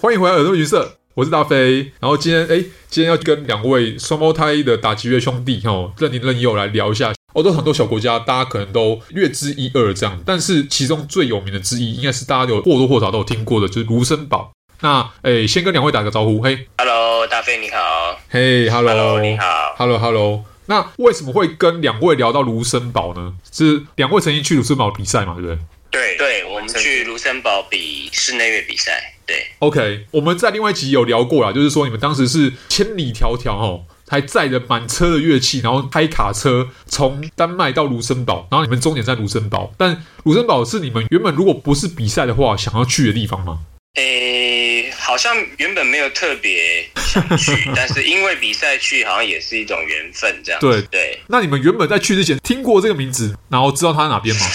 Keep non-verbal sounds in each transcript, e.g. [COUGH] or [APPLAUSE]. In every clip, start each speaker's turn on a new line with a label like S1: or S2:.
S1: 欢迎回来耳朵云社，我是大飞。然后今天，哎，今天要跟两位双胞胎的打击乐兄弟哦，任宁任佑来聊一下欧洲很多小国家，大家可能都略知一二这样。但是其中最有名的之一，应该是大家有或多或少都有听过的，就是卢森堡。那，哎，先跟两位打个招呼，嘿，
S2: Hello，大飞你好。
S1: 嘿，hello，
S2: 你好。
S1: ，hello，hello。那为什么会跟两位聊到卢森堡呢？是两位曾经去卢森堡比赛嘛，对不对？
S2: 对对，我们去卢森堡比室内乐比赛。对
S1: OK，我们在另外一集有聊过啦，啊就是说你们当时是千里迢迢哦，还载着满车的乐器，然后开卡车从丹麦到卢森堡，然后你们终点在卢森堡。但卢森堡是你们原本如果不是比赛的话，想要去的地方吗？
S2: 诶、好像原本没有特别想 [LAUGHS] 去，但是因为比赛去，好像也是一种缘分这样子。对
S1: 那你们原本在去之前听过这个名字，然后知道它在哪边吗？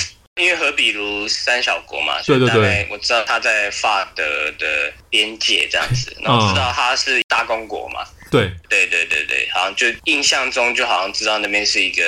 S2: 因为荷比卢三小国嘛，
S1: 对对对
S2: 所以大概我知道他在法德的边界这样
S1: 嗯
S2: 子，然后知道他是大公国嘛。
S1: 对，
S2: 对对对对，好像就印象中就好像知道那边是一个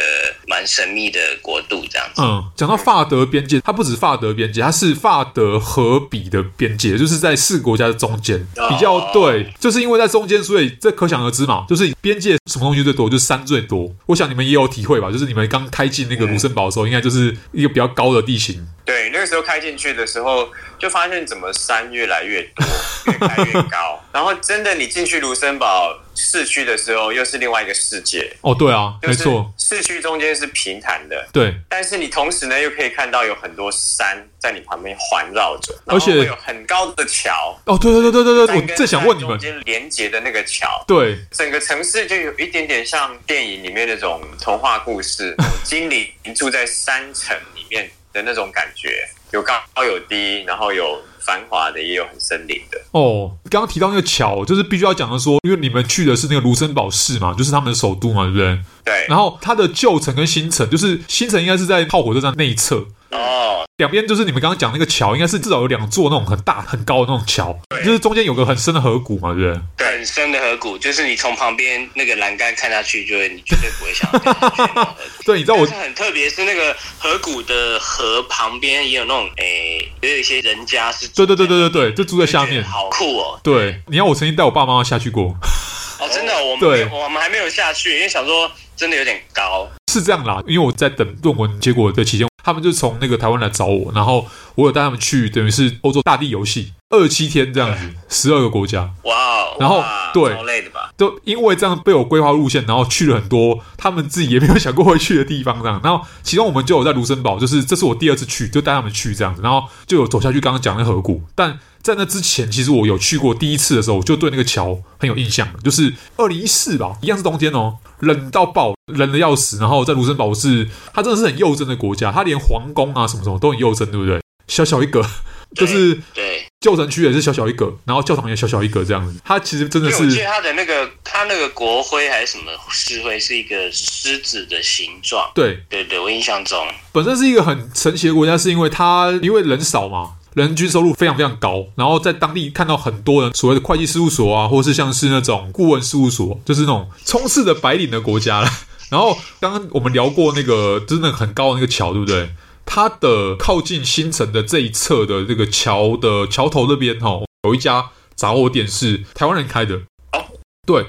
S2: 蛮神秘的国度这样子。
S1: 嗯，讲到法德边界，它不止法德边界，它是法德和比的边界，就是在四国家的中间，
S2: 哦
S1: 比较对，就是因为在中间，所以这可想而知嘛，就是边界什么东西最多，就是山最多。我想你们也有体会吧，就是你们刚开进那
S3: 嗯
S1: 个卢森堡的时候，应该就是一个比较高的地形，
S3: 对，那个时候开进去的时候，就发现怎么山越来越多，越开越高。然后真的，你进去卢森堡市区的时候，又是另外一个世界。
S1: 哦，对啊，
S3: 就
S1: 没
S3: 是
S1: 错，
S3: 市区中间是平坦的，
S1: 对，
S3: 但是你同时呢又可以看到有很多山在你旁边环绕着，
S1: 而且
S3: 然后会有很高的桥。
S1: 哦，对对对对对对，
S3: 山
S1: 我
S3: 跟
S1: 正想问你
S3: 山
S1: 们
S3: 中，间连接的那个桥，
S1: 对，
S3: 整个城市就有一点点像电影里面那种童话故
S1: [LAUGHS]
S3: 事，那种精灵住在山城里面的那种感觉，有高有低，然后有繁华的，也有很森林的。
S1: 哦，刚刚提到那个桥，就是必须要讲的说，因为你们去的是那个卢森堡市嘛，就是他们的首都嘛，对不对？
S3: 对，
S1: 然后它的旧城跟新城，就是新城应该是在靠火车站内侧，
S2: 哦，
S1: 两边就是你们刚刚讲那个桥，应该是至少有两座那种很大很高的那种桥，
S3: 对
S1: 就是中间有个很深的河谷嘛，对不对？
S2: 很深的河谷，就是你从旁边那个栏杆看下去，就会你绝对不会想要掉下去
S3: [LAUGHS]
S2: 那种河谷。
S1: 对，你知道我
S2: 但是很特别，是那个河谷的河旁边也有那种诶、也有一些人家是
S1: 对
S2: 住
S1: 对对
S2: 在
S1: 对
S2: 那
S1: 对对，就住在下面。
S2: 好酷哦！
S1: 对，你要我曾经带我爸妈下去过， [LAUGHS]
S2: 哦，真的，我们没有我们还没有下去，因为想说真的有点高。
S1: 是这样啦，因为我在等论文结果的期间，他们就从那个台湾来找我，然后我有带他们去，等于是欧洲大地游戏，二七天这样子，十二个国家。
S2: 哇哦！
S1: 然后
S2: 哇
S1: 对
S2: 超累的吧？
S1: 就因为这样被我规划路线，然后去了很多他们自己也没有想过会去的地方，这样。然后其中我们就有在卢森堡，就是这是我第二次去，就带他们去这样子，然后就有走下去刚刚讲的河谷。但在那之前，其实我有去过第一次的时候，我就对那个桥很有印象了，就是二零一四吧，一样是冬天哦，冷到爆，冷的要死。然后在卢森堡是，它真的是很幼真的国家，它连皇宫啊什么什么都很幼真，对不对？小小一个，就是
S2: 对，
S1: 旧城区也是小小一个，然后教堂也小小一个这样子。它其实真
S2: 因
S1: 的
S2: 为我
S1: 是
S2: 记得他的那个他那个国徽还是什么狮徽，是一个狮子的形状。
S1: 对。
S2: 对对，我印象中，
S1: 本身是一个很神奇的国家，是因为它因为人少嘛，人均收入非常非常高，然后在当地看到很多人所谓的会计事务所啊，或是像是那种顾问事务所，就是那种充斥着白领的国家了。 [LAUGHS] 然后刚刚我们聊过那个，就是那个很高的那个桥，对不对？它的靠近新城的这一侧的这个桥的桥头那边哦，有一家杂货店是台湾人开的。
S2: 哦，
S1: 对，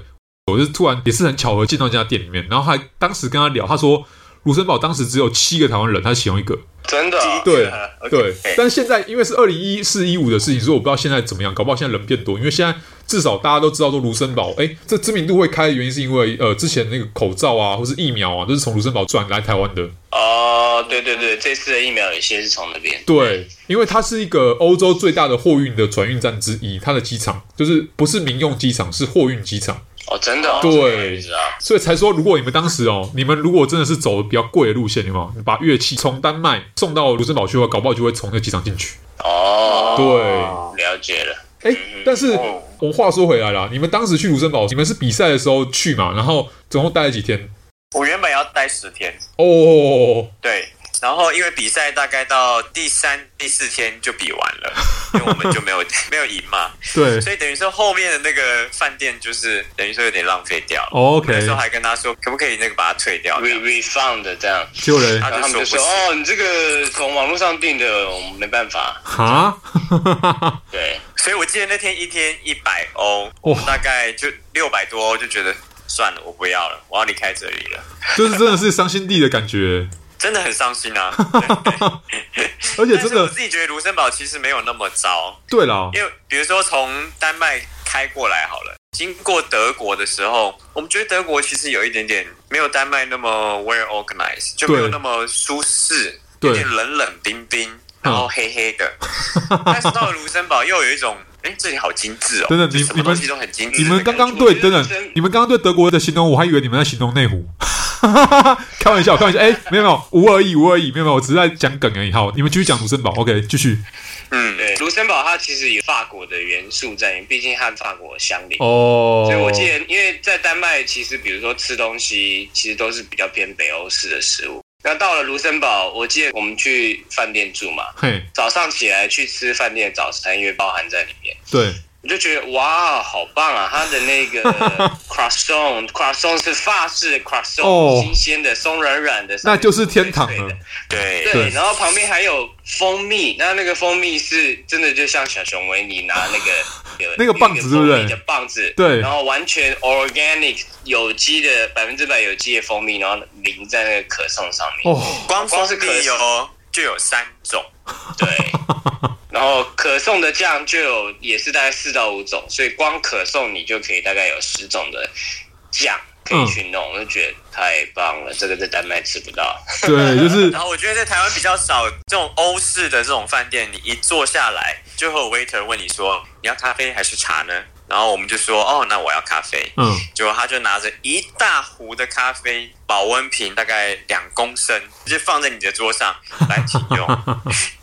S1: 我是突然也是很巧合进到这家店里面，然后还当时跟他聊，他说卢森堡当时只有七个台湾人，他其中一个。
S2: 真的哦、 [LAUGHS]
S1: 对
S3: ，OK
S1: 对，但现在因为是二零一四一五的事情，所以我不知道现在怎么样，搞不好现在人变多，因为现在至少大家都知道说卢森堡，哎，这知名度会开的原因是因为呃之前那个口罩啊或是疫苗啊都是从卢森堡转来台湾的。
S2: 哦，对对对，这次的疫苗有些是从那边。
S1: 对，因为它是一个欧洲最大的货运的转运站之一，它的机场就是不是民用机场，是货运机场。
S2: 哦，真的、哦，
S1: 对
S2: 这个我也不知道
S1: 所以才说，如果你们当时哦，你们如果真的是走比较贵的路线，有没有？你把乐器从丹麦送到卢森堡去的话，搞不好就会从那个机场进去。
S2: 哦，
S1: 对，
S2: 了解了。
S1: 哎，但是我话说回来啦，你们当时去卢森堡，你们是比赛的时候去嘛？然后总共待了几天？
S3: 我原本要待十天，
S1: 哦，
S3: 对，然后因为比赛大概到第三、第四天就比完了，因为我们就没有 [LAUGHS] 没有赢嘛，
S1: 对
S3: 所以等于说后面的那个饭店就是等于说有点浪费掉了。
S1: 哦，OK
S3: 那时候还跟他说可不可以那个把它退掉这
S2: re
S3: 样，
S2: refund 的这样，
S1: 就人
S3: 啊
S2: 然后他们就说
S3: 就说不
S2: 哦，你这个从网络上订的，我们没办法。
S1: 哈，
S2: 对，
S3: 所以我记得那天一天一百欧，
S1: 哇
S3: 大概就六百多欧，就觉得算了，我不要了，我要离开这里了，
S1: 就是真的是伤心地的感觉，
S3: 真的很伤心啊。
S1: [LAUGHS] 而且
S3: 但
S1: 真
S3: 是我
S1: 的
S3: [LAUGHS] 自己觉得卢森堡其实没有那么糟，
S1: 对啦，
S3: 因为比如说从丹麦开过来好了，经过德国的时候，我们觉得德国其实有一点点没有丹麦那么 well organized，就没有
S1: 对
S3: 那么舒适，
S1: 对
S3: 有点冷冷冰冰，然后黑黑
S1: [LAUGHS]
S3: 的。但是到了卢森堡又有一种，哎、这里好精致哦，
S1: 真的你
S3: 就什
S1: 你们
S3: 么东西都很精致
S1: 你
S3: 的
S1: 们
S3: 感觉。
S1: 刚刚对，等
S2: 我觉得
S1: 等
S2: 是真，
S1: 你们刚刚对德国的形容，我还以为你们在形容内湖。开玩笑，开玩笑，哎、没有没有，无而已，无而已，没有没有，我只是在讲梗而已。好，你们继续讲卢森堡，OK，继续。
S3: 嗯，
S2: 对，卢森堡它其实有法国的元素在里面，毕竟和法国相邻。
S1: 哦，
S2: 所以我记得，因为在丹麦，其实比如说吃东西，其实都是比较偏北欧式的食物。那到了卢森堡，我记得我们去饭店住嘛，
S1: 嘿，
S2: 早上起来去吃饭店的早餐，因为包含在里面。
S1: 对，
S2: 我就觉得哇，好棒啊！它的
S1: [LAUGHS]
S2: 那个 croissant，croissant 是法式的 croissant，、
S1: 哦
S2: 新鲜的、松软软的，
S1: 那就是天堂
S2: 上面是脆
S1: 了
S2: 脆的。
S3: 对，
S1: 对
S2: 对，然后旁边还有蜂蜜，那那个蜂蜜是真的就像小熊维尼拿
S1: [LAUGHS]
S2: 那个有
S1: 那个棒子对不对
S2: 有一个蜂蜜的棒子，
S1: 对
S2: 然后完全 organic 有机的百分之百有机的蜂蜜，然后淋在那个可颂上面，
S1: 哦，
S3: 光
S2: 光是
S3: 蜂
S2: 可
S3: 蜜有就有三种，
S1: [LAUGHS]
S2: 对。然后可颂的酱就有也是大概四到五种，所以光可颂你就可以大概有十种的酱可
S1: 嗯
S2: 以去弄，我就觉得太棒了，这个在丹麦吃不到。
S1: 对，就是
S3: [LAUGHS] 然后我觉得在台湾比较少这种欧式的这种饭店，你一坐下来就会有 waiter 问你说你要咖啡还是茶呢？然后我们就说哦，那我要咖啡。
S1: 嗯，
S3: 结果他就拿着一大壶的咖啡保温瓶，大概两公升，就放在你的桌上来请用，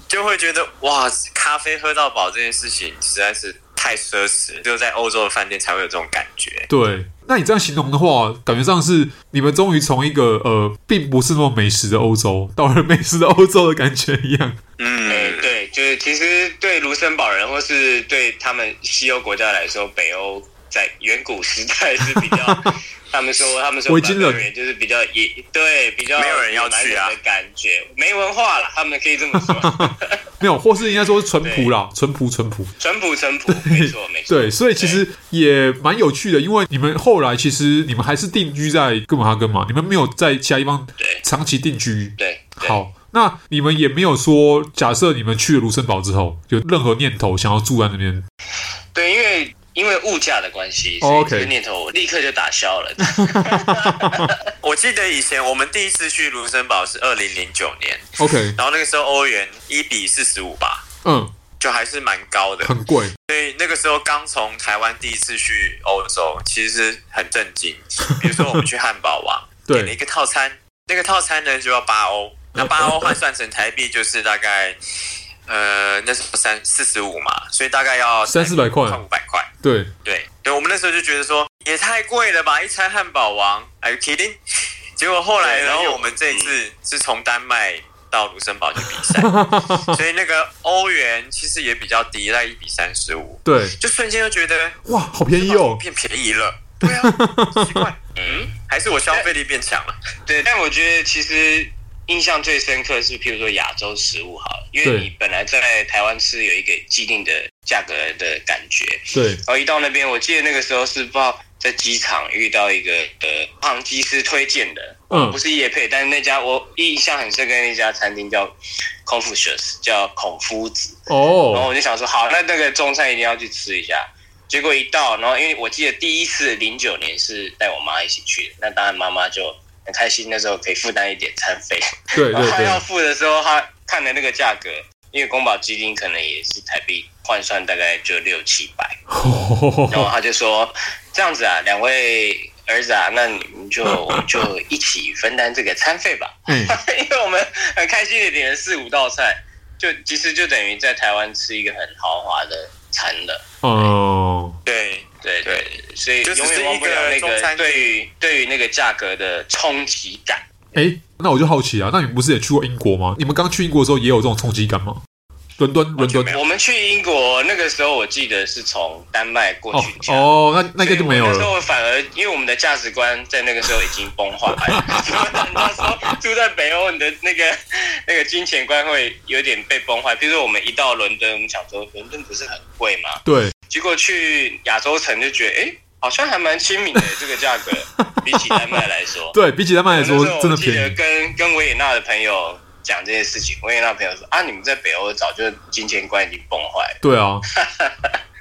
S3: 就会觉得哇，咖啡喝到饱这件事情实在是太奢侈，只有在欧洲的饭店才会有这种感觉。
S1: 对。那你这样形容的话，感觉上是你们终于从一个呃，并不是那么美食的欧洲，到了美食的欧洲的感觉一样。
S2: 哎，
S3: 嗯，
S2: 对，就是其实对卢森堡人或是对他们西欧国家来说，北欧在远古时代是比
S1: [LAUGHS]
S2: 较，他们说他们说
S1: 维京人
S2: 巴克人就是比较野，对，比较
S3: 没有人要去啊
S2: 野蛮人的感觉，没文化了，他们可以这
S1: [LAUGHS]
S2: 么说，
S1: 没有，或是应该说是淳朴啦，淳朴淳朴。
S2: 淳朴淳朴，没错没错，
S1: 对，所以其实也蛮有趣的，因为你们后来其实你们还是定居在哥本哈根嘛，你们没有在其他地方
S2: 对
S1: 长期定居。
S2: 对对
S1: 好，那你们也没有说，假设你们去了卢森堡之后，有任何念头想要住在那边？
S2: 对，因为因为物价的关系，所以
S1: 哦 OK
S2: 这个念头我立刻就打消了。
S3: 我记得以前我们第一次去卢森堡是二零零九年， [LAUGHS]
S1: OK，
S3: 然后那个时候欧元一比四十五吧，
S1: 嗯，
S3: 就还是蛮高的。
S1: 很贵，，
S3: 所以那个时候刚从台湾第一次去欧洲，其实很震惊。比如说我们去汉堡王
S1: [LAUGHS] 对
S3: 点了一个套餐，那个套餐呢就要八欧，那八欧换算成台币就是大概呃那时候三四十五嘛，所以大概要
S1: 三四百块
S3: 快五百块。
S1: 对，
S3: 对，对我们那时候就觉得说也太贵了吧，一餐汉堡王，Are you kidding？结 [LAUGHS] 果后来，
S2: 对
S3: 然
S2: 然
S3: 后
S2: 后
S3: 我们这一次是从丹麦到卢森堡去比 [LAUGHS] 赛，所以那个欧元其实也比较低，在一比三十五。
S1: 对，
S3: 就瞬间就觉得
S1: 哇，好便宜哦，
S3: 变便宜了。对啊，奇 [LAUGHS] 怪，嗯，还是我消费力变强了。
S2: 对，但我觉得其实印象最深刻是，譬如说亚洲食物好了，因
S1: 对
S2: 为你本来在台湾吃有一个既定的价格的感觉，
S1: 对，
S2: 然后一到那边，我记得那个时候是不知道在机场遇到一个呃航机师推荐的，
S1: 嗯
S2: 不，是叶配，但是那家我印象很深刻，那家餐厅叫 Confucius，叫孔夫子，然后
S1: 哦，
S2: 我就想说，好，那那个中餐一定要去吃一下。结果一到，然后因为我记得第一次零九年是带我妈一起去的，那当然妈妈就很开心，那时候可以负担一点餐费。
S1: 对
S2: 然
S1: 对
S2: 后她要
S1: 对，
S2: 付的时候，她看了那个价格，因为宫保鸡丁可能也是台币换算大概就六七
S1: [LAUGHS]
S2: 百，然后他就说这样子啊，两位儿子啊，那你们就我们就一起分担这个餐费吧。
S1: 哎，
S2: [LAUGHS] 因为我们很开心的点了四五道菜，就其实就等于在台湾吃一个很豪华的餐了。
S1: 哦，
S3: 对，
S2: 对对，对所以
S3: 就只
S2: 永
S3: 是
S2: 远忘不了那
S3: 一个中餐
S2: 个
S3: 厅
S2: 对于对于那个价格的冲击感。
S1: 哎，那我就好奇啊，那你们不是也去过英国吗？你们刚去英国的时候也有这种冲击感吗？伦敦，伦敦。
S2: 我们去英国那个时候，我记得是从丹麦过
S1: 哦
S2: 去这样。
S1: 哦，那那应该就没有
S2: 所以我那时
S1: 了。
S2: 候反而因为我们的价值观在那个时候已经崩坏了，那时候住在北欧，你的那个那个金钱观会有点被崩坏。比如说我们一到伦敦，我们想说伦敦不是很贵嘛，
S1: 对，
S2: 结果去亚洲城就觉得，哎、好像还蛮亲
S1: [LAUGHS]
S2: 民的这个价格，比起丹麦来说。
S1: 对比起丹麦来 [LAUGHS] 说
S2: 哦那时候，
S1: 真的
S2: 我记得
S1: 便宜。
S2: 跟跟维也纳的朋友讲这件事情，维也纳朋友说啊，你们在北欧早就金钱观已经崩坏了。
S1: 对
S2: [LAUGHS]
S1: 啊，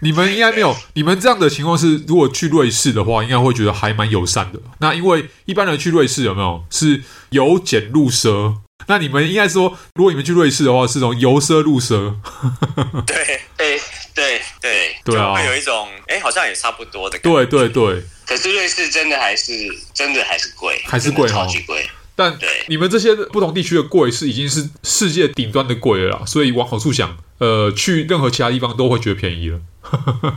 S1: 你们应该没有，你们这样的情况是，如果去瑞士的话，应该会觉得还蛮友善的。那因为一般人去瑞士有没有是由俭入奢？那你们应该说，如果你们去瑞士的话，是从由奢入奢。
S3: 对
S2: 哎、对对，
S1: 对啊
S3: 就会有一种哎、好像也差不多的感觉。
S1: 对啊对对，
S2: 可是瑞士真的还是真的还是贵，
S1: 还是贵哦
S2: 真的超级贵。
S1: 但
S2: 对
S1: 你们这些不同地区的贵是已经是世界顶端的贵了啦，所以往好处想，呃，去任何其他地方都会觉得便宜了。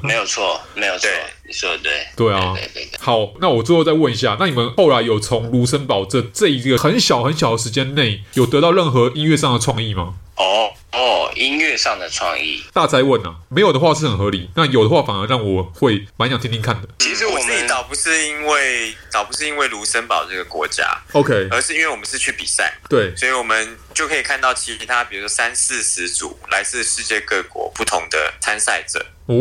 S2: 没有错，没有错
S3: 对，
S2: 你说的对。
S1: 对啊
S2: 对对对。
S1: 好，那我最后再问一下，那你们后来有从卢森堡这这一个很小很小的时间内，有得到任何音乐上的创意吗？
S2: 哦哦，音乐上的创意，
S1: 大灾问啊，没有的话是很合理，那有的话反而让我会蛮想听听看的。
S2: 其实
S3: 我自己
S2: 们
S3: 倒不是因为倒不是因为卢森堡这个国家，
S1: OK，
S3: 而是因为我们是去比赛，
S1: 对，
S3: 所以我们就可以看到其他，比如说三四十组来自世界各国不同的参赛者，
S1: 哦，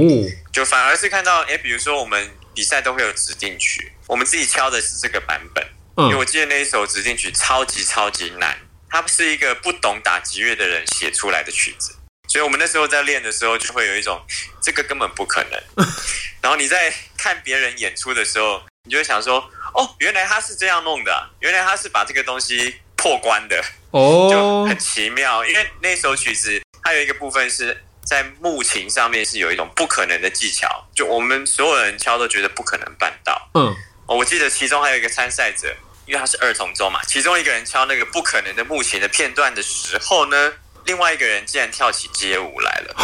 S3: 就反而是看到，诶，比如说我们比赛都会有指定曲，我们自己敲的是这个版本，因为
S1: 嗯
S3: 我记得那一首指定曲超级超级难，它是一个不懂打击乐的人写出来的曲子，所以我们那时候在练的时候就会有一种这个根本不可能。然后你在看别人演出的时候，你就会想说，哦，原来他是这样弄的啊，原来他是把这个东西破关的，就
S1: 哦
S3: 很奇妙。因为那首曲子它有一个部分是在木琴上面是有一种不可能的技巧，就我们所有人敲都觉得不可能办到。
S1: 嗯，
S3: 哦，我记得其中还有一个参赛者，因为他是二重奏嘛，其中一个人敲那个不可能的木琴的片段的时候呢，另外一个人竟然跳起街舞来
S1: [LAUGHS]
S3: 了，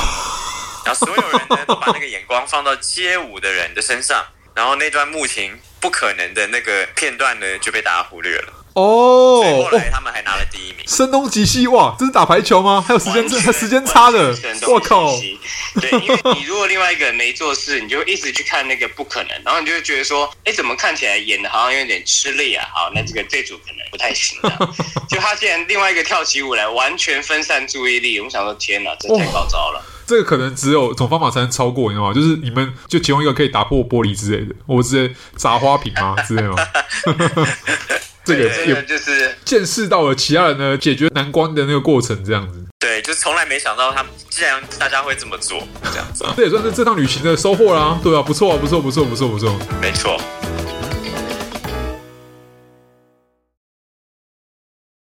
S3: 然后所有人呢都把那个眼光放到街舞的人的身上，然后那段木琴不可能的那个片段呢就被大家忽略了，
S1: 哦
S3: 所以后
S1: 哦，
S3: 来他们还拿了第一名。
S1: 声东击西哇，这是打排球吗？还有时间
S2: 完
S1: 差，[LAUGHS]
S2: 全
S1: 时间差的
S2: 完全，
S1: 我靠！
S2: 东西对，
S1: [LAUGHS]
S2: 因为你如果另外一个人没做事，你就一直去看那个不可能，然后你就会觉得说，哎，怎么看起来演的好像有点吃力啊？好，那这个这组可能不太行的。 [LAUGHS] 就他竟然另外一个跳起舞来，完全分散注意力，我们想说，天哪，这太高招了。
S1: 这个可能只有种方法才能超过，你知道吗？就是你们就其中一个可以打破玻璃之类的，我直接砸花瓶吗之类的吗？这个
S2: 真的
S1: 也
S2: 就是
S1: 见识到了其他人呢解决难关的那个过程，这样子，
S3: 对，就从来没想到他们竟然大家会这么做，这样子，
S1: 这也算是这趟旅行的收获啦。对啊，不错啊，不错，不错，不错，不错。
S3: 没错。